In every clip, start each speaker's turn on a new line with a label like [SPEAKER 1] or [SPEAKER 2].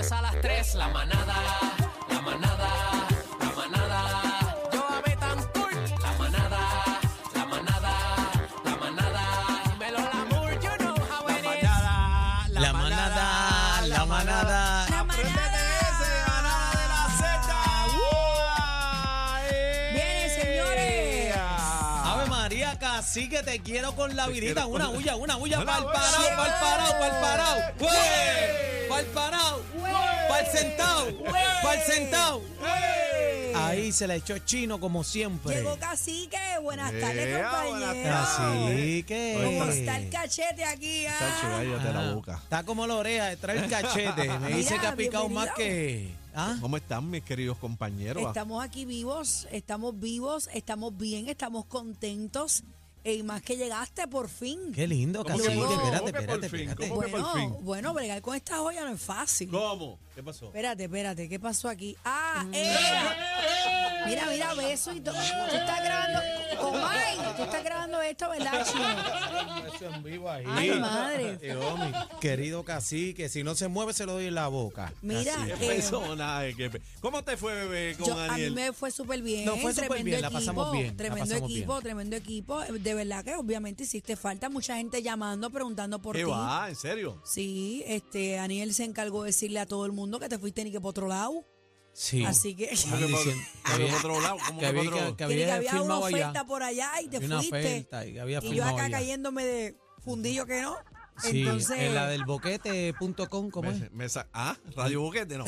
[SPEAKER 1] es la manada, la manada, la manada. Yo a Betancourt. La manada, la manada, la manada. Dímelo, Lamour, you know how it is.
[SPEAKER 2] La manada, la manada.
[SPEAKER 3] La
[SPEAKER 2] Apréndete
[SPEAKER 3] manada.
[SPEAKER 2] ese, manada de la Zeta. ¡Uah! ¡Eh!
[SPEAKER 3] Viene, señores.
[SPEAKER 2] Ave María, casi que te quiero con la virita. Una bulla, una bulla.
[SPEAKER 4] Hola,
[SPEAKER 2] Pa'l
[SPEAKER 4] hola.
[SPEAKER 2] parao, pa'l parao, pa'l parao.
[SPEAKER 4] ¡Ué!
[SPEAKER 2] Pa'l parao. Pa'l sentao. Pa'l sentao. Ahí se la echó chino como siempre.
[SPEAKER 3] Llegó Cacique. Buenas
[SPEAKER 4] Ea,
[SPEAKER 3] tardes,
[SPEAKER 4] buenas
[SPEAKER 3] compañeros.
[SPEAKER 2] Así
[SPEAKER 3] ¿Cómo está el
[SPEAKER 2] que.
[SPEAKER 3] cachete aquí? ah?
[SPEAKER 4] Chacho, cállate la boca.
[SPEAKER 2] Está como la oreja, trae el cachete. Me dice
[SPEAKER 3] Mira,
[SPEAKER 2] que ha picado más que.
[SPEAKER 3] bienvenido.
[SPEAKER 2] ¿Ah?
[SPEAKER 4] ¿Cómo están mis queridos compañeros?
[SPEAKER 3] Estamos aquí vivos, estamos vivos, estamos bien, estamos contentos. Y más que llegaste por fin.
[SPEAKER 2] Qué lindo,
[SPEAKER 4] ¿Cómo
[SPEAKER 2] Cacique.
[SPEAKER 3] que por-
[SPEAKER 2] Espérate,
[SPEAKER 4] cómo que por
[SPEAKER 2] espérate,
[SPEAKER 4] fin?
[SPEAKER 2] espérate.
[SPEAKER 4] ¿Cómo que por
[SPEAKER 3] Bueno,
[SPEAKER 4] fin?
[SPEAKER 3] bueno, bregar con esta joya no es fácil.
[SPEAKER 4] ¿Cómo? ¿Qué pasó?
[SPEAKER 3] Espérate, espérate, ¿qué pasó aquí? Ah, eh. Mira, mira, beso y todo. Tú estás grabando. Comay, tú estás grabando esto, ¿verdad, chino?
[SPEAKER 2] Eso en vivo ahí.
[SPEAKER 3] Ay, madre.
[SPEAKER 2] Llegó mi Eh, querido cacique, si no se mueve se lo doy en la boca.
[SPEAKER 3] Mira,
[SPEAKER 2] Cacique.
[SPEAKER 4] ¿Qué
[SPEAKER 3] eh,
[SPEAKER 4] personaje? qué pe- ¿Cómo te fue, bebé, con
[SPEAKER 3] Yo- a mí
[SPEAKER 4] Daniel?
[SPEAKER 3] me fue súper bien.
[SPEAKER 2] No, fue súper
[SPEAKER 3] tremendo
[SPEAKER 2] bien, la
[SPEAKER 3] equipo,
[SPEAKER 2] pasamos bien, la
[SPEAKER 3] Tremendo
[SPEAKER 2] pasamos
[SPEAKER 3] equipo, tremendo equipo. Eh, De verdad que obviamente hiciste falta. Mucha gente llamando, preguntando por
[SPEAKER 4] ¿Qué
[SPEAKER 3] ti.
[SPEAKER 4] va? ¿En serio?
[SPEAKER 3] Sí, este, Aniel se encargó de decirle a todo el mundo que te fuiste ni que por otro lado.
[SPEAKER 2] Sí.
[SPEAKER 3] Así que,
[SPEAKER 4] ¿Cómo que por-
[SPEAKER 2] diciendo-
[SPEAKER 4] ¿Cómo que por otro lado? ¿Cómo
[SPEAKER 2] que
[SPEAKER 4] que por
[SPEAKER 2] había,
[SPEAKER 4] otro
[SPEAKER 2] que,
[SPEAKER 4] lado?
[SPEAKER 2] que
[SPEAKER 3] que
[SPEAKER 2] había
[SPEAKER 3] había una
[SPEAKER 2] firmado
[SPEAKER 3] oferta
[SPEAKER 2] allá.
[SPEAKER 3] por allá y te
[SPEAKER 2] Había una
[SPEAKER 3] fuiste.
[SPEAKER 2] oferta y había
[SPEAKER 3] yo
[SPEAKER 2] firmado
[SPEAKER 3] acá
[SPEAKER 2] allá.
[SPEAKER 3] cayéndome de fundillo que no.
[SPEAKER 2] Sí,
[SPEAKER 3] pues, Entonces,
[SPEAKER 2] en la del boquete.com, ¿cómo es?
[SPEAKER 4] Me- me sa- ¿Ah? ¿Radio Boquete? No.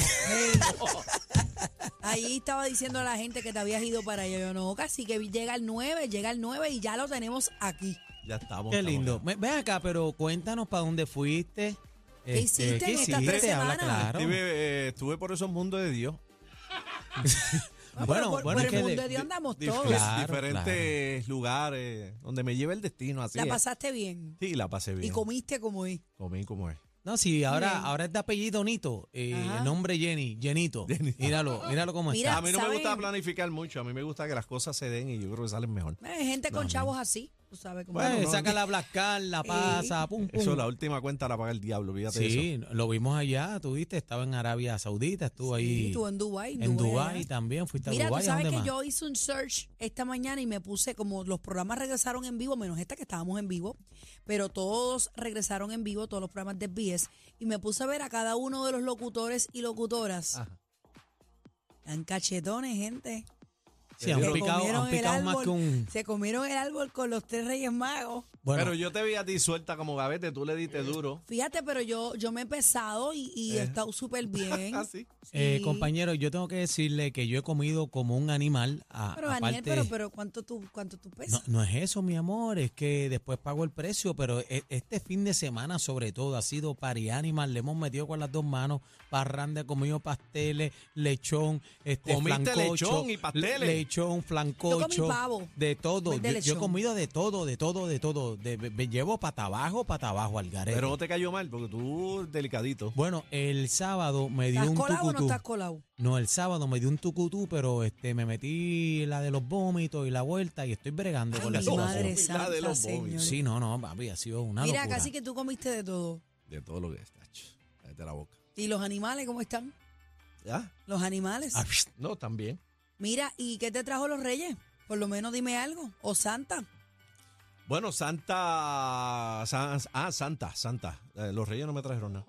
[SPEAKER 3] ahí estaba diciendo a la gente que te habías ido para allá. Yo no, casi que llega el 9, llega el 9 y ya lo tenemos aquí.
[SPEAKER 4] Ya estamos.
[SPEAKER 2] Qué
[SPEAKER 4] estamos
[SPEAKER 2] lindo.
[SPEAKER 4] acá.
[SPEAKER 2] Me- Ven acá, pero cuéntanos para dónde fuiste. Este,
[SPEAKER 3] ¿Qué hiciste en estas tres
[SPEAKER 2] Habla
[SPEAKER 3] semanas?
[SPEAKER 2] claro.
[SPEAKER 4] Estuve, eh, estuve por esos mundos de Dios.
[SPEAKER 3] No,
[SPEAKER 2] Bueno,
[SPEAKER 3] Ah, pero por,
[SPEAKER 2] bueno,
[SPEAKER 3] por
[SPEAKER 2] es que
[SPEAKER 3] el mundo
[SPEAKER 2] de-
[SPEAKER 3] de Dios andamos
[SPEAKER 4] Dif-
[SPEAKER 3] todos.
[SPEAKER 2] Claro,
[SPEAKER 4] diferentes lugares donde me lleva el destino. Así
[SPEAKER 3] La
[SPEAKER 2] eh.
[SPEAKER 4] es.
[SPEAKER 3] pasaste bien.
[SPEAKER 4] Sí, la pasé bien.
[SPEAKER 3] Y comiste como es.
[SPEAKER 4] Comí como es.
[SPEAKER 2] No, sí, ahora,
[SPEAKER 3] Bien.
[SPEAKER 2] ahora es de apellido Nito. eh,
[SPEAKER 3] Ajá.
[SPEAKER 2] el nombre Jenny, Jenito. Míralo, míralo cómo
[SPEAKER 3] Mira,
[SPEAKER 2] está.
[SPEAKER 4] A mí no me
[SPEAKER 3] ¿saben?
[SPEAKER 4] gusta planificar mucho, a mí me gusta que las cosas se den y yo creo que salen mejor.
[SPEAKER 3] Eh, Hay gente con
[SPEAKER 4] No,
[SPEAKER 3] chavos así. Tú sabes cómo
[SPEAKER 2] Bueno,
[SPEAKER 3] es.
[SPEAKER 4] no,
[SPEAKER 2] saca la blascar, la pasa, pum, pum.
[SPEAKER 4] Eso, la última cuenta la paga el diablo, fíjate eso.
[SPEAKER 2] Sí, lo vimos allá, tú viste, estaba en Arabia Saudita, estuvo ahí.
[SPEAKER 3] Sí, tú en Dubái.
[SPEAKER 2] en Dubái
[SPEAKER 3] allá.
[SPEAKER 2] también, fuiste a
[SPEAKER 3] Mira,
[SPEAKER 2] Dubái.
[SPEAKER 3] tú
[SPEAKER 2] ¿a
[SPEAKER 3] sabes
[SPEAKER 2] dónde
[SPEAKER 3] que
[SPEAKER 2] más?
[SPEAKER 3] yo hice un search esta mañana y me puse, como los programas regresaron en vivo, menos esta que estábamos en vivo, pero todos regresaron en vivo, todos los programas de BS, y me puse a ver a cada uno de los locutores y locutoras.
[SPEAKER 2] Ah.
[SPEAKER 4] Ajá.
[SPEAKER 3] Están cachetones, gente.
[SPEAKER 2] Sí, han
[SPEAKER 3] Se
[SPEAKER 2] picado,
[SPEAKER 3] comieron
[SPEAKER 2] han
[SPEAKER 3] el
[SPEAKER 2] picado más
[SPEAKER 3] árbol.
[SPEAKER 2] que un.
[SPEAKER 3] Se comieron el árbol con los tres reyes magos.
[SPEAKER 2] Bueno,
[SPEAKER 4] Pero yo te vi a ti suelta como gavete, tú le diste duro.
[SPEAKER 3] Fíjate, pero yo, yo me he pesado y, y he estado súper bien.
[SPEAKER 4] Así.
[SPEAKER 2] eh,
[SPEAKER 3] Sí.
[SPEAKER 2] compañero, yo tengo que decirle que yo he comido como un animal. a-
[SPEAKER 3] Pero
[SPEAKER 2] aparte,
[SPEAKER 3] Daniel, pero, pero ¿cuánto tú, cuánto tú
[SPEAKER 2] No,
[SPEAKER 3] pesas?
[SPEAKER 2] no es eso, mi amor, es que después pago el precio, pero e- este fin de semana sobre todo ha sido pari animal, le hemos metido con las dos manos, parranda, he comido pasteles, lechón, este
[SPEAKER 4] Comiste
[SPEAKER 2] flancocho,
[SPEAKER 4] lechón y pasteles.
[SPEAKER 2] le- lechón, flancocho,
[SPEAKER 3] pavo.
[SPEAKER 2] de todo,
[SPEAKER 3] Comí de
[SPEAKER 2] yo, yo he
[SPEAKER 3] lechón.
[SPEAKER 2] comido de todo, de todo, de todo, de- me- me llevo para abajo, para abajo al garete.
[SPEAKER 4] Pero no te cayó mal, porque tú delicadito.
[SPEAKER 2] bueno, el sábado me dio
[SPEAKER 3] ¿Estás
[SPEAKER 2] un
[SPEAKER 3] colado o no
[SPEAKER 2] tucutú.
[SPEAKER 3] estás colado?
[SPEAKER 2] No, el sábado me dio un tucutú, pero este me metí la de los vómitos y la vuelta y estoy bregando
[SPEAKER 3] Ay,
[SPEAKER 2] con la
[SPEAKER 3] mi
[SPEAKER 2] situación.
[SPEAKER 3] madre
[SPEAKER 4] situación. La de
[SPEAKER 3] santa,
[SPEAKER 4] los
[SPEAKER 3] señor.
[SPEAKER 4] bobbies.
[SPEAKER 2] Sí, no, no, papi, ha sido una
[SPEAKER 3] Mira,
[SPEAKER 2] locura.
[SPEAKER 3] casi que tú comiste de todo.
[SPEAKER 4] De todo lo que es, tacho. Cállate la boca.
[SPEAKER 3] ¿Y los animales cómo están?
[SPEAKER 4] ¿Ya?
[SPEAKER 3] Los animales.
[SPEAKER 2] Ah, pst,
[SPEAKER 4] No, también.
[SPEAKER 3] Mira, ¿y qué te trajo los reyes? Por lo menos dime algo. O Santa.
[SPEAKER 4] Bueno, Santa. San- ah, Santa, Santa. Eh, los reyes no me trajeron nada.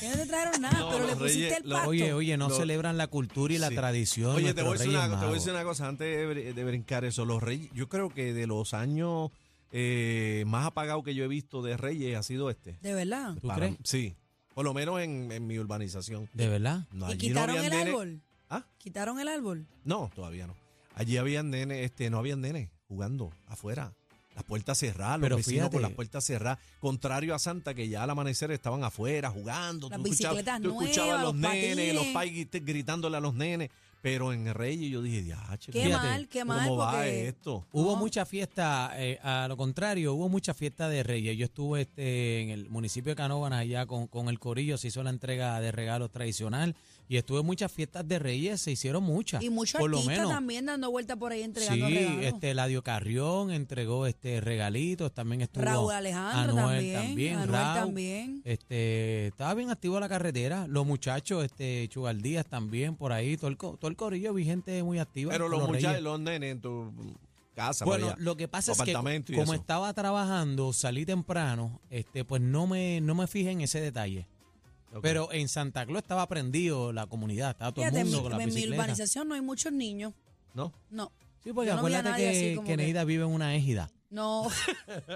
[SPEAKER 3] Que no te trajeron nada,
[SPEAKER 4] No,
[SPEAKER 3] pero le
[SPEAKER 4] los
[SPEAKER 3] pusiste
[SPEAKER 4] reyes-
[SPEAKER 3] el
[SPEAKER 4] los-
[SPEAKER 3] pasto.
[SPEAKER 2] Oye, oye, no
[SPEAKER 4] Lo-
[SPEAKER 2] celebran la cultura y la
[SPEAKER 4] Sí.
[SPEAKER 2] tradición.
[SPEAKER 4] Oye, te
[SPEAKER 2] nuestros
[SPEAKER 4] voy, a decir una,
[SPEAKER 2] Reyes
[SPEAKER 4] te voy a
[SPEAKER 2] Magos.
[SPEAKER 4] decir una cosa antes de, br- de brincar eso. Los Reyes, yo creo que de los años eh, más apagados que yo he visto de Reyes ha sido este.
[SPEAKER 3] De verdad.
[SPEAKER 2] ¿Tú crees?
[SPEAKER 4] Sí, por lo menos en, en mi urbanización.
[SPEAKER 2] ¿De verdad?
[SPEAKER 4] No,
[SPEAKER 3] ¿Y
[SPEAKER 4] allí no
[SPEAKER 3] quitaron
[SPEAKER 4] habían
[SPEAKER 3] el
[SPEAKER 4] nene-
[SPEAKER 3] árbol?
[SPEAKER 4] ¿Ah?
[SPEAKER 3] ¿Quitaron el árbol?
[SPEAKER 4] No, todavía no. Allí habían nenes, este, no habían nenes jugando afuera. Las puertas cerradas, los
[SPEAKER 2] Pero
[SPEAKER 4] vecinos con
[SPEAKER 2] fíjate.
[SPEAKER 4] las puertas cerradas. Contrario a Santa, que ya al amanecer estaban afuera jugando.
[SPEAKER 3] Las
[SPEAKER 4] tú escuchabas,
[SPEAKER 3] bicicletas
[SPEAKER 4] tú escuchabas a los
[SPEAKER 3] nuevas, los
[SPEAKER 4] nenes, los
[SPEAKER 3] patines.
[SPEAKER 4] pais gritándole a los nenes. Pero en Reyes yo dije, ya, che,
[SPEAKER 3] Qué
[SPEAKER 4] fíjate,
[SPEAKER 3] mal, qué mal,
[SPEAKER 4] ¿Cómo va
[SPEAKER 3] porque-
[SPEAKER 4] esto?
[SPEAKER 2] Hubo
[SPEAKER 3] No.
[SPEAKER 2] mucha fiesta, eh, a lo contrario, hubo mucha fiesta de Reyes. Yo estuve este, en el municipio de Canóvanas allá con, con el Corillo, se hizo la entrega de regalos tradicional y estuve en muchas fiestas de Reyes, se hicieron muchas.
[SPEAKER 3] Y muchos
[SPEAKER 2] por lo
[SPEAKER 3] artistas
[SPEAKER 2] menos.
[SPEAKER 3] también dando vuelta por ahí entregando
[SPEAKER 2] sí,
[SPEAKER 3] regalos.
[SPEAKER 2] este Eladio Carrión entregó este regalitos, también estuvo
[SPEAKER 3] Raúl Alejandro
[SPEAKER 2] Anuel
[SPEAKER 3] también, Anuel
[SPEAKER 2] Raúl.
[SPEAKER 3] también.
[SPEAKER 2] Este, estaba bien activo la carretera, los muchachos, este Chugaldías también por ahí, todo el, co- todo el Corillo vi gente muy activa.
[SPEAKER 4] Pero
[SPEAKER 2] con
[SPEAKER 4] los
[SPEAKER 2] Reyes.
[SPEAKER 4] muchachos, los nenes en tu casa. por
[SPEAKER 2] Bueno,
[SPEAKER 4] allá.
[SPEAKER 2] lo que pasa es que
[SPEAKER 4] apartamento y
[SPEAKER 2] como
[SPEAKER 4] eso.
[SPEAKER 2] estaba trabajando, salí temprano, este, pues no me, no me fijé en ese detalle.
[SPEAKER 4] Ok.
[SPEAKER 2] Pero en Santa Claus estaba prendido la comunidad, estaba todo
[SPEAKER 3] Fíjate,
[SPEAKER 2] el
[SPEAKER 3] en mi-
[SPEAKER 2] mundo con la
[SPEAKER 3] en mi
[SPEAKER 2] bicicleta.
[SPEAKER 3] urbanización no hay muchos niños.
[SPEAKER 4] ¿No?
[SPEAKER 3] No,
[SPEAKER 2] Sí, porque
[SPEAKER 3] yo no vi a
[SPEAKER 2] acuérdate que,
[SPEAKER 3] nadie así como
[SPEAKER 2] que
[SPEAKER 3] que-
[SPEAKER 2] Neida vive en una égida.
[SPEAKER 3] no.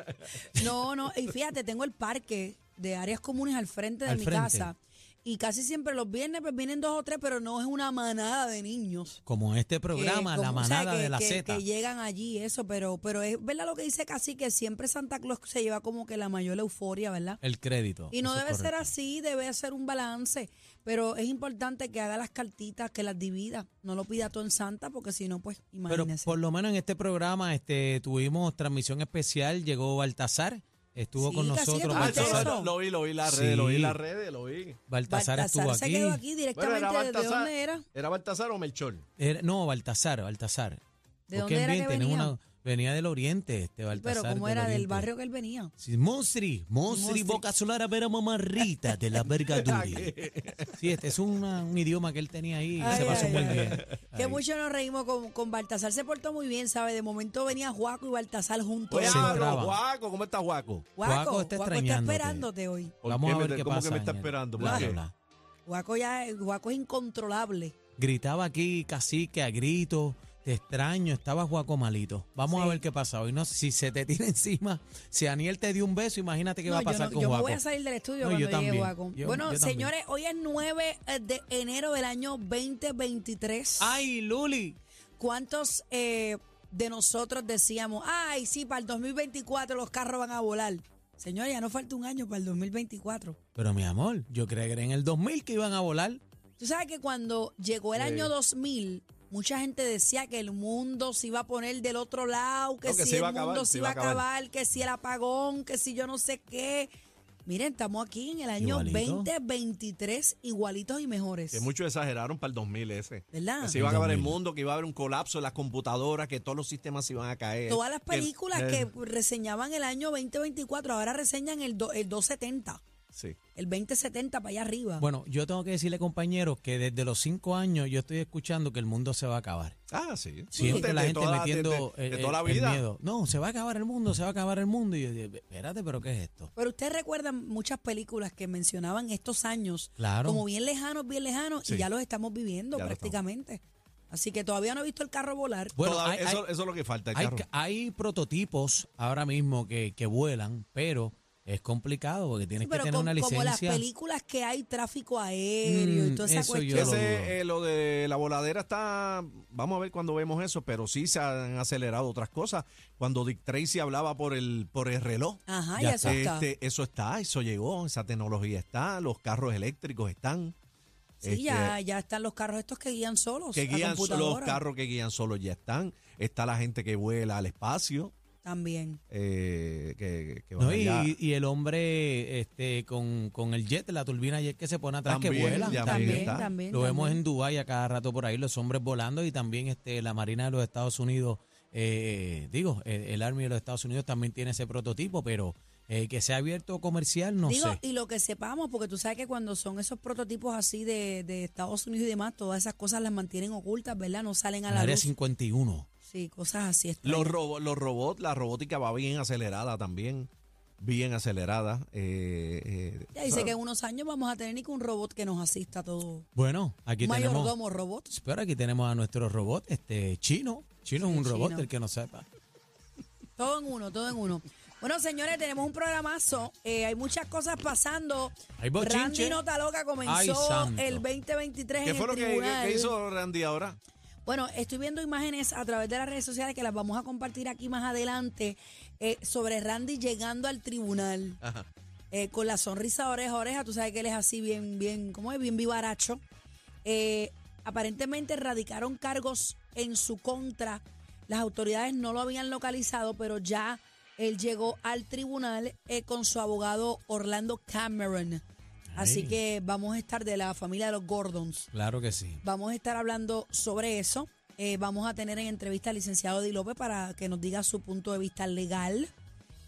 [SPEAKER 3] no, no. Y fíjate, tengo el parque de áreas comunes al frente de
[SPEAKER 2] Al
[SPEAKER 3] mi
[SPEAKER 2] frente.
[SPEAKER 3] casa. Y casi siempre los viernes pues vienen dos o tres, pero no es una manada de niños.
[SPEAKER 2] Como en este
[SPEAKER 3] que
[SPEAKER 2] programa, la
[SPEAKER 3] como- o sea,
[SPEAKER 2] manada
[SPEAKER 3] que-
[SPEAKER 2] de la
[SPEAKER 3] que-
[SPEAKER 2] Z.
[SPEAKER 3] Que llegan allí, eso, pero, pero es verdad lo que dice Casi, que siempre Santa Claus se lleva como que la mayor euforia, ¿verdad?
[SPEAKER 2] El crédito.
[SPEAKER 3] Y no
[SPEAKER 2] eso es
[SPEAKER 3] debe ser
[SPEAKER 2] correcto.
[SPEAKER 3] así, debe ser un balance, pero es importante que haga las cartitas, que las divida, no lo pida todo en santa, porque si no, pues
[SPEAKER 2] Pero
[SPEAKER 3] imagínese.
[SPEAKER 2] por lo menos en este programa este, tuvimos transmisión especial, llegó Baltasar, estuvo
[SPEAKER 3] Sí,
[SPEAKER 2] con
[SPEAKER 3] Cacique,
[SPEAKER 2] nosotros.
[SPEAKER 3] ¿tuviste
[SPEAKER 4] Ah,
[SPEAKER 3] ¿viste
[SPEAKER 4] eso
[SPEAKER 2] Baltasar,
[SPEAKER 3] eso?
[SPEAKER 4] Lo, lo vi, lo vi las redes, lo vi
[SPEAKER 2] Sí.
[SPEAKER 4] las redes, lo vi.
[SPEAKER 2] Baltasar estuvo
[SPEAKER 3] se
[SPEAKER 2] aquí.
[SPEAKER 3] quedó aquí
[SPEAKER 4] Bueno,
[SPEAKER 3] directamente,
[SPEAKER 4] era
[SPEAKER 3] ¿de
[SPEAKER 4] Baltasar.
[SPEAKER 3] dónde era?
[SPEAKER 4] ¿Era Baltasar o Melchor?
[SPEAKER 2] Era- no, Baltasar, Baltasar. Porque
[SPEAKER 3] ¿De dónde era
[SPEAKER 2] bien,
[SPEAKER 3] que
[SPEAKER 2] tenemos
[SPEAKER 3] venía?
[SPEAKER 2] una- venía del oriente, este Baltasar.
[SPEAKER 3] Pero cómo era, del
[SPEAKER 2] oriente.
[SPEAKER 3] barrio que él venía.
[SPEAKER 2] Sí, Monstri, Monstri,
[SPEAKER 3] Monstri.
[SPEAKER 2] boca solar a ver a mamarrita de la vergadura. Sí, este es una- un idioma que él tenía ahí y
[SPEAKER 3] Ay,
[SPEAKER 2] se pasó
[SPEAKER 3] ay,
[SPEAKER 2] un buen
[SPEAKER 3] ay.
[SPEAKER 2] día.
[SPEAKER 3] Que
[SPEAKER 2] Ahí.
[SPEAKER 3] mucho nos reímos con, con Baltasar, se portó muy bien, ¿sabes? De momento venía Juaco y Baltasar juntos.
[SPEAKER 4] Oye,
[SPEAKER 2] Se
[SPEAKER 4] hablo,
[SPEAKER 2] entraban.
[SPEAKER 4] Guaco, ¿cómo estás, Guaco?
[SPEAKER 2] Guaco
[SPEAKER 3] Guaco,
[SPEAKER 2] está
[SPEAKER 3] Guaco está
[SPEAKER 2] extrañándote.
[SPEAKER 3] esperándote hoy.
[SPEAKER 4] ¿Por
[SPEAKER 2] Vamos
[SPEAKER 4] qué
[SPEAKER 2] a
[SPEAKER 4] me-
[SPEAKER 2] ver qué
[SPEAKER 4] ¿Cómo
[SPEAKER 2] pasa.
[SPEAKER 4] que me está
[SPEAKER 2] Daniel.
[SPEAKER 4] esperando? ¿Por
[SPEAKER 2] Bla,
[SPEAKER 4] qué?
[SPEAKER 2] bla, bla.
[SPEAKER 3] Guaco ya, Guaco es incontrolable.
[SPEAKER 2] Gritaba aquí cacique a grito. Te extraño, estaba Juaco malito. Vamos a ver qué pasa hoy. No, si se te tira encima, si Aniel te dio un beso, imagínate qué
[SPEAKER 3] No,
[SPEAKER 2] va a
[SPEAKER 3] yo
[SPEAKER 2] pasar
[SPEAKER 3] no-
[SPEAKER 2] con
[SPEAKER 3] yo
[SPEAKER 2] Juaco.
[SPEAKER 3] me voy a salir del estudio
[SPEAKER 2] No, yo
[SPEAKER 3] cuando llegue
[SPEAKER 2] también.
[SPEAKER 3] Guaco.
[SPEAKER 2] Yo-
[SPEAKER 3] bueno,
[SPEAKER 2] yo también.
[SPEAKER 3] señores, hoy es 9 de enero del año 2023.
[SPEAKER 2] ¡Ay, Luli!
[SPEAKER 3] ¿Cuántos eh, de nosotros decíamos, ay, sí, para el 2024 los carros van a volar? Señores, ya no falta un año para el 2024.
[SPEAKER 2] Pero mi amor, yo creí que en el 2000 que iban a volar.
[SPEAKER 3] Tú sabes que cuando llegó el
[SPEAKER 4] Sí.
[SPEAKER 3] año 2000, mucha gente decía que el mundo se iba a poner del otro lado, que
[SPEAKER 4] No, que
[SPEAKER 3] si
[SPEAKER 4] se
[SPEAKER 3] el
[SPEAKER 4] iba a
[SPEAKER 3] mundo
[SPEAKER 4] acabar,
[SPEAKER 3] se iba a acabar. que si el apagón, que si yo no sé qué. Miren, estamos aquí en el año
[SPEAKER 2] Igualito.
[SPEAKER 3] 2023 igualitos y mejores.
[SPEAKER 4] Que muchos exageraron para el 2000 ese.
[SPEAKER 2] Ah.
[SPEAKER 3] ¿Verdad?
[SPEAKER 4] Que se iba a acabar el
[SPEAKER 2] 2000.
[SPEAKER 4] mundo, que iba a haber un colapso en las computadoras, que todos los sistemas se iban a caer.
[SPEAKER 3] Todas las
[SPEAKER 4] Que-
[SPEAKER 3] películas
[SPEAKER 4] eh,
[SPEAKER 3] que reseñaban el año 2024 ahora reseñan el, do- el 270,
[SPEAKER 4] Sí.
[SPEAKER 3] el 2070 para allá
[SPEAKER 4] Ah.
[SPEAKER 3] arriba.
[SPEAKER 2] Bueno, yo tengo que decirle, compañeros, que desde los cinco años yo estoy escuchando que el mundo se va a acabar.
[SPEAKER 4] Ah, sí.
[SPEAKER 2] Siempre
[SPEAKER 4] De-
[SPEAKER 2] la
[SPEAKER 4] de
[SPEAKER 2] gente
[SPEAKER 4] toda- de-
[SPEAKER 2] metiendo
[SPEAKER 4] de- de
[SPEAKER 2] el,
[SPEAKER 4] toda la
[SPEAKER 2] el- el
[SPEAKER 4] vida.
[SPEAKER 2] miedo. No, se va a acabar el mundo, se va a acabar el mundo. Y yo, digo, espérate, pero ¿qué es esto?
[SPEAKER 3] Pero ustedes recuerdan muchas películas que mencionaban estos años
[SPEAKER 2] Claro.
[SPEAKER 3] como bien lejanos, bien lejanos,
[SPEAKER 4] Sí.
[SPEAKER 3] y ya los estamos viviendo
[SPEAKER 4] Ya lo estamos.
[SPEAKER 3] prácticamente. Así que todavía no he visto el carro volar.
[SPEAKER 2] Bueno,
[SPEAKER 4] Toda-
[SPEAKER 2] hay-
[SPEAKER 4] eso,
[SPEAKER 2] hay-
[SPEAKER 4] eso es lo que falta, el
[SPEAKER 2] Hay,
[SPEAKER 4] carro.
[SPEAKER 2] ca- hay prototipos ahora mismo que, que vuelan, pero es complicado porque tienes
[SPEAKER 3] Sí, pero
[SPEAKER 2] que tener
[SPEAKER 3] com-
[SPEAKER 2] una
[SPEAKER 3] como las
[SPEAKER 2] licencia.
[SPEAKER 3] películas que hay tráfico aéreo y
[SPEAKER 2] Mm,
[SPEAKER 3] toda esa
[SPEAKER 2] eso yo
[SPEAKER 3] cuestión.
[SPEAKER 2] lo-
[SPEAKER 4] Ese, eh, lo de la voladera está, vamos a ver cuando vemos eso, pero sí se han acelerado otras cosas. Cuando Dick Tracy hablaba por el, por el reloj,
[SPEAKER 3] Ajá,
[SPEAKER 2] Ya
[SPEAKER 3] ya eso está.
[SPEAKER 4] este, eso está, eso llegó, esa tecnología está, los carros eléctricos están.
[SPEAKER 3] sí,
[SPEAKER 4] este,
[SPEAKER 3] ya, ya están los carros estos que guían solos.
[SPEAKER 4] que
[SPEAKER 3] la
[SPEAKER 4] guían so- los
[SPEAKER 3] computadora
[SPEAKER 4] carros que guían solos ya están. Está la gente que vuela al espacio,
[SPEAKER 3] También.
[SPEAKER 4] eh, que, que van
[SPEAKER 2] ¿no? Y,
[SPEAKER 4] allá.
[SPEAKER 2] y el hombre este, con, con el jet, la turbina jet que se pone atrás, que
[SPEAKER 4] También,
[SPEAKER 2] vuela.
[SPEAKER 4] ya
[SPEAKER 3] también,
[SPEAKER 4] está.
[SPEAKER 3] también,
[SPEAKER 2] Lo vemos
[SPEAKER 3] también.
[SPEAKER 2] en Dubái a cada rato por ahí, los hombres volando y también este, la Marina de los Estados Unidos, eh, digo, el, el Army de los Estados Unidos también tiene ese prototipo, pero eh, que sea abierto comercial, no
[SPEAKER 3] Digo,
[SPEAKER 2] sé.
[SPEAKER 3] y lo que sepamos, porque tú sabes que cuando son esos prototipos así de, de Estados Unidos y demás, todas esas cosas las mantienen ocultas, ¿verdad? No salen a
[SPEAKER 2] El
[SPEAKER 3] la
[SPEAKER 2] área
[SPEAKER 3] luz.
[SPEAKER 2] 51.
[SPEAKER 3] Sí, cosas así. extrañas.
[SPEAKER 4] Los, robo- los robots, la robótica va bien acelerada también, bien acelerada. eh, eh,
[SPEAKER 3] Ya dice que en unos años vamos a tener ni que un robot que nos asista a todo.
[SPEAKER 2] Bueno, aquí
[SPEAKER 3] Un
[SPEAKER 2] tenemos.
[SPEAKER 3] mayordomo robot.
[SPEAKER 2] Espera, aquí tenemos a nuestro robot, este chino. Chino
[SPEAKER 3] Sí,
[SPEAKER 2] es un robot,
[SPEAKER 3] chino.
[SPEAKER 2] el que no sepa.
[SPEAKER 3] Todo en uno, todo en uno. Bueno, señores, tenemos un programazo. Eh, hay muchas cosas pasando.
[SPEAKER 2] Hay bochinche.
[SPEAKER 3] Randy Nota Loca
[SPEAKER 2] Ay,
[SPEAKER 3] comenzó
[SPEAKER 2] santo.
[SPEAKER 3] el 2023
[SPEAKER 4] ¿Qué
[SPEAKER 3] en
[SPEAKER 4] fue
[SPEAKER 3] el
[SPEAKER 4] lo que, que-
[SPEAKER 3] tribunal.
[SPEAKER 4] que hizo Randy ahora?
[SPEAKER 3] Bueno, estoy viendo imágenes a través de las redes sociales que las vamos a compartir aquí más adelante eh, sobre Randy llegando al tribunal eh, con la sonrisa oreja a oreja. Tú sabes que él es así bien, bien, ¿cómo es? Bien vivaracho. Eh, Aparentemente radicaron cargos en su contra. Las autoridades no lo habían localizado, pero ya él llegó al tribunal eh, con su abogado Orlando Cameron. Así
[SPEAKER 2] Ay.
[SPEAKER 3] que vamos a estar de la familia de los Gordons.
[SPEAKER 2] Claro que sí.
[SPEAKER 3] Vamos a estar hablando sobre eso. Eh, vamos a tener en entrevista al licenciado Di López para que nos diga su punto de vista legal.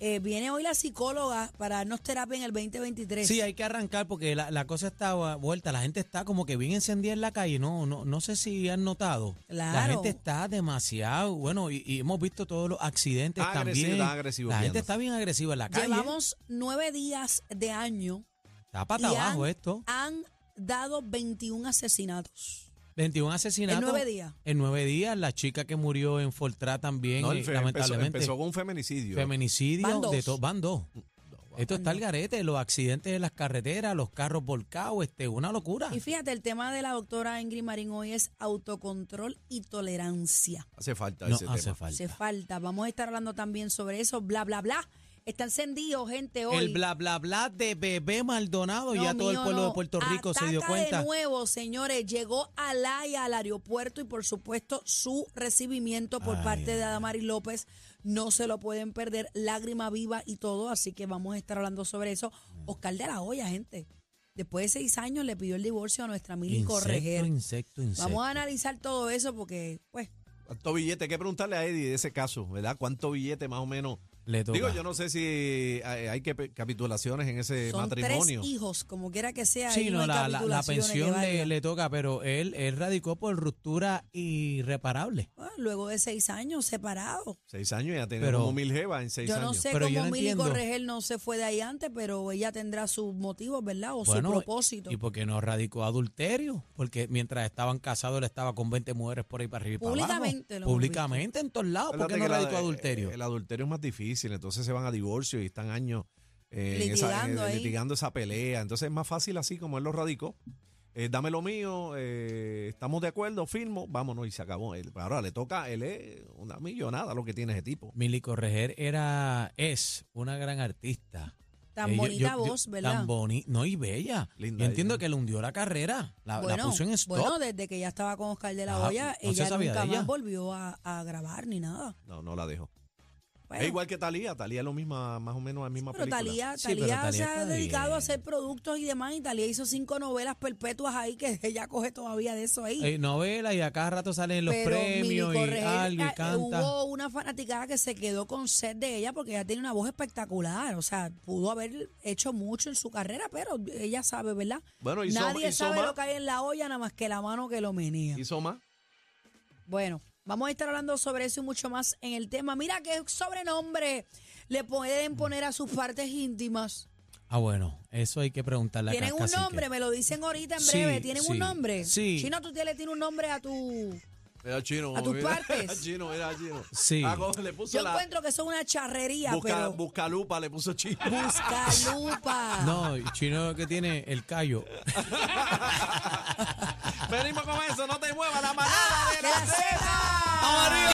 [SPEAKER 3] Eh, viene hoy la psicóloga para darnos terapia en el 2023.
[SPEAKER 2] Sí, hay que arrancar porque la, la cosa está va- vuelta, la gente está como que bien encendida en la calle, no no no sé si han notado. La
[SPEAKER 3] Claro.
[SPEAKER 2] gente está demasiado, bueno, y, y hemos visto todos los accidentes
[SPEAKER 4] Agresiva,
[SPEAKER 2] también.
[SPEAKER 4] está agresivo
[SPEAKER 2] la gente
[SPEAKER 4] guiando.
[SPEAKER 2] está bien agresiva en la calle.
[SPEAKER 3] Llevamos nueve días de año.
[SPEAKER 2] está pata
[SPEAKER 3] y
[SPEAKER 2] abajo
[SPEAKER 3] han-
[SPEAKER 2] esto.
[SPEAKER 3] Han dado 21 asesinatos.
[SPEAKER 2] 21 asesinatos.
[SPEAKER 3] En nueve días.
[SPEAKER 2] En nueve días, la chica que murió en Fortrá también,
[SPEAKER 4] No, el
[SPEAKER 2] eh,
[SPEAKER 4] fe- empezó,
[SPEAKER 2] lamentablemente.
[SPEAKER 4] empezó con un feminicidio.
[SPEAKER 2] feminicidio
[SPEAKER 3] Van dos.
[SPEAKER 2] de todo. Van dos. Esto está
[SPEAKER 3] Van
[SPEAKER 2] el garete, los accidentes en las carreteras, los carros volcados, este, una locura.
[SPEAKER 3] Y fíjate, el tema de la doctora Ingrid Marín hoy es autocontrol y tolerancia.
[SPEAKER 4] hace falta
[SPEAKER 2] no
[SPEAKER 4] ese
[SPEAKER 2] hace
[SPEAKER 4] tema.
[SPEAKER 2] falta.
[SPEAKER 3] Hace falta. Vamos a estar hablando también sobre eso. Bla, bla, bla. Está encendido, gente, hoy.
[SPEAKER 2] El bla bla bla de bebé Maldonado,
[SPEAKER 3] No,
[SPEAKER 2] ya todo el
[SPEAKER 3] mío,
[SPEAKER 2] pueblo
[SPEAKER 3] no.
[SPEAKER 2] de Puerto Rico se dio
[SPEAKER 3] Ataca
[SPEAKER 2] cuenta.
[SPEAKER 3] De nuevo, señores, llegó Alaya al aeropuerto y por supuesto su recibimiento por
[SPEAKER 2] Ay,
[SPEAKER 3] parte de
[SPEAKER 2] ay,
[SPEAKER 3] Adamari López no se lo pueden perder, lágrima viva y todo, así que vamos a estar hablando sobre eso. Oscar de la Hoya, gente. Después de seis años le pidió el divorcio a nuestra Mili Correger.
[SPEAKER 2] Insecto, insecto, insecto.
[SPEAKER 3] Vamos a analizar todo eso porque, pues,
[SPEAKER 4] ¿Cuánto billete? Hay que preguntarle a Eddie de ese caso, ¿verdad? ¿Cuánto billete más o menos?
[SPEAKER 2] Le toca.
[SPEAKER 4] Digo, yo no sé si hay hay que pe- capitulaciones en ese
[SPEAKER 3] son
[SPEAKER 4] Eh, matrimonio.
[SPEAKER 3] tres hijos, como quiera que sea.
[SPEAKER 2] Sí,
[SPEAKER 3] ahí
[SPEAKER 2] no,
[SPEAKER 3] hay
[SPEAKER 2] la, la- la
[SPEAKER 3] capitulaciones que
[SPEAKER 2] pensión le,
[SPEAKER 3] valgan.
[SPEAKER 2] le toca, pero él, él radicó por ruptura irreparable.
[SPEAKER 3] Ah, Luego de seis años separados.
[SPEAKER 4] Seis años ya tenemos
[SPEAKER 2] Pero-
[SPEAKER 4] como mil jevas en seis
[SPEAKER 3] Yo
[SPEAKER 4] años.
[SPEAKER 3] no sé
[SPEAKER 2] Pero yo
[SPEAKER 3] cómo
[SPEAKER 2] no
[SPEAKER 3] Mili
[SPEAKER 2] entiendo.
[SPEAKER 3] Corregel no se fue de ahí antes, pero ella tendrá sus motivos, ¿verdad? O su propósito.
[SPEAKER 2] ¿Y pues, porque no radicó adulterio? Porque mientras estaban casados él estaba con 20 mujeres por ahí para arriba y para abajo.
[SPEAKER 3] Públicamente lo hemos
[SPEAKER 2] Públicamente en todos
[SPEAKER 3] Ah,
[SPEAKER 2] lados. ¿Por
[SPEAKER 4] Acuérdate
[SPEAKER 2] qué no
[SPEAKER 4] que la- eh,
[SPEAKER 2] radicó adulterio?
[SPEAKER 4] El adulterio es más difícil, entonces se van a divorcio y están años eh, en esa-
[SPEAKER 3] Litigando
[SPEAKER 4] en-
[SPEAKER 3] ahí.
[SPEAKER 4] litigando esa pelea. Entonces es más fácil así como él lo radicó. Eh, dame lo mío, eh, estamos de acuerdo, firmo, vámonos y se acabó. Él- ahora le toca, él es una millonada lo que tiene ese tipo.
[SPEAKER 2] Mili Correger era, es una gran artista.
[SPEAKER 3] tan
[SPEAKER 2] Eh, yo-
[SPEAKER 3] bonita
[SPEAKER 2] yo- yo-
[SPEAKER 3] voz, ¿verdad?
[SPEAKER 2] Tan bonita, no, y bella.
[SPEAKER 4] Linda
[SPEAKER 2] yo entiendo
[SPEAKER 4] ella.
[SPEAKER 2] que le hundió la carrera, la, la puso en stop.
[SPEAKER 3] bueno, desde que ella estaba con Oscar de la
[SPEAKER 2] Ajá,
[SPEAKER 3] Hoya,
[SPEAKER 2] no se
[SPEAKER 3] ella
[SPEAKER 2] sabía
[SPEAKER 3] nunca
[SPEAKER 2] de
[SPEAKER 3] más
[SPEAKER 2] ella.
[SPEAKER 3] volvió a, a grabar ni nada.
[SPEAKER 4] No, no la dejo.
[SPEAKER 3] Bueno,
[SPEAKER 4] es igual que Talía, Talía es lo misma, más o menos la misma
[SPEAKER 3] pero
[SPEAKER 4] película.
[SPEAKER 3] Talía,
[SPEAKER 2] Sí, pero Thalía
[SPEAKER 3] se ha
[SPEAKER 2] está
[SPEAKER 3] dedicado
[SPEAKER 2] bien.
[SPEAKER 3] a hacer productos y demás, y Talía hizo cinco novelas perpetuas ahí que ella coge todavía de eso ahí.
[SPEAKER 2] Eh, novela y a cada rato salen los
[SPEAKER 3] pero Mili
[SPEAKER 2] premios y
[SPEAKER 3] Correger,
[SPEAKER 2] algo
[SPEAKER 3] ah,
[SPEAKER 2] y canta.
[SPEAKER 3] Hubo una fanaticada que se quedó con sed de ella porque ella tiene una voz espectacular. O sea, pudo haber hecho mucho en su carrera, pero ella sabe, ¿verdad?
[SPEAKER 4] Bueno, hizo,
[SPEAKER 3] Nadie
[SPEAKER 4] hizo
[SPEAKER 3] sabe
[SPEAKER 4] más,
[SPEAKER 3] lo que hay en la olla nada más que la mano que lo menea.
[SPEAKER 4] hizo más.
[SPEAKER 3] Bueno, vamos a estar hablando sobre eso y mucho más en el tema. Mira qué sobrenombre le pueden poner a sus partes íntimas.
[SPEAKER 2] Ah, bueno, eso hay que preguntarle a
[SPEAKER 3] Tienen un
[SPEAKER 2] Cacique.
[SPEAKER 3] nombre, me lo dicen ahorita en
[SPEAKER 2] Sí,
[SPEAKER 3] breve. Tienen un
[SPEAKER 2] sí,
[SPEAKER 3] nombre.
[SPEAKER 2] sí.
[SPEAKER 3] Chino, tú te le tienes un nombre a tu.
[SPEAKER 4] Era chino.
[SPEAKER 3] A tus
[SPEAKER 4] mira,
[SPEAKER 3] partes.
[SPEAKER 4] chino, era chino.
[SPEAKER 2] Sí.
[SPEAKER 4] Ah, como le puso
[SPEAKER 3] Yo
[SPEAKER 4] la
[SPEAKER 3] encuentro que eso es una charrería,
[SPEAKER 4] busca,
[SPEAKER 3] pero.
[SPEAKER 4] buscalupa, le puso chino.
[SPEAKER 3] Busca lupa.
[SPEAKER 2] No, y chino que tiene el callo.
[SPEAKER 4] Venimos con eso, no te muevas la manada de la
[SPEAKER 3] la
[SPEAKER 4] Z.
[SPEAKER 3] Z.
[SPEAKER 4] ¡Vamos arriba!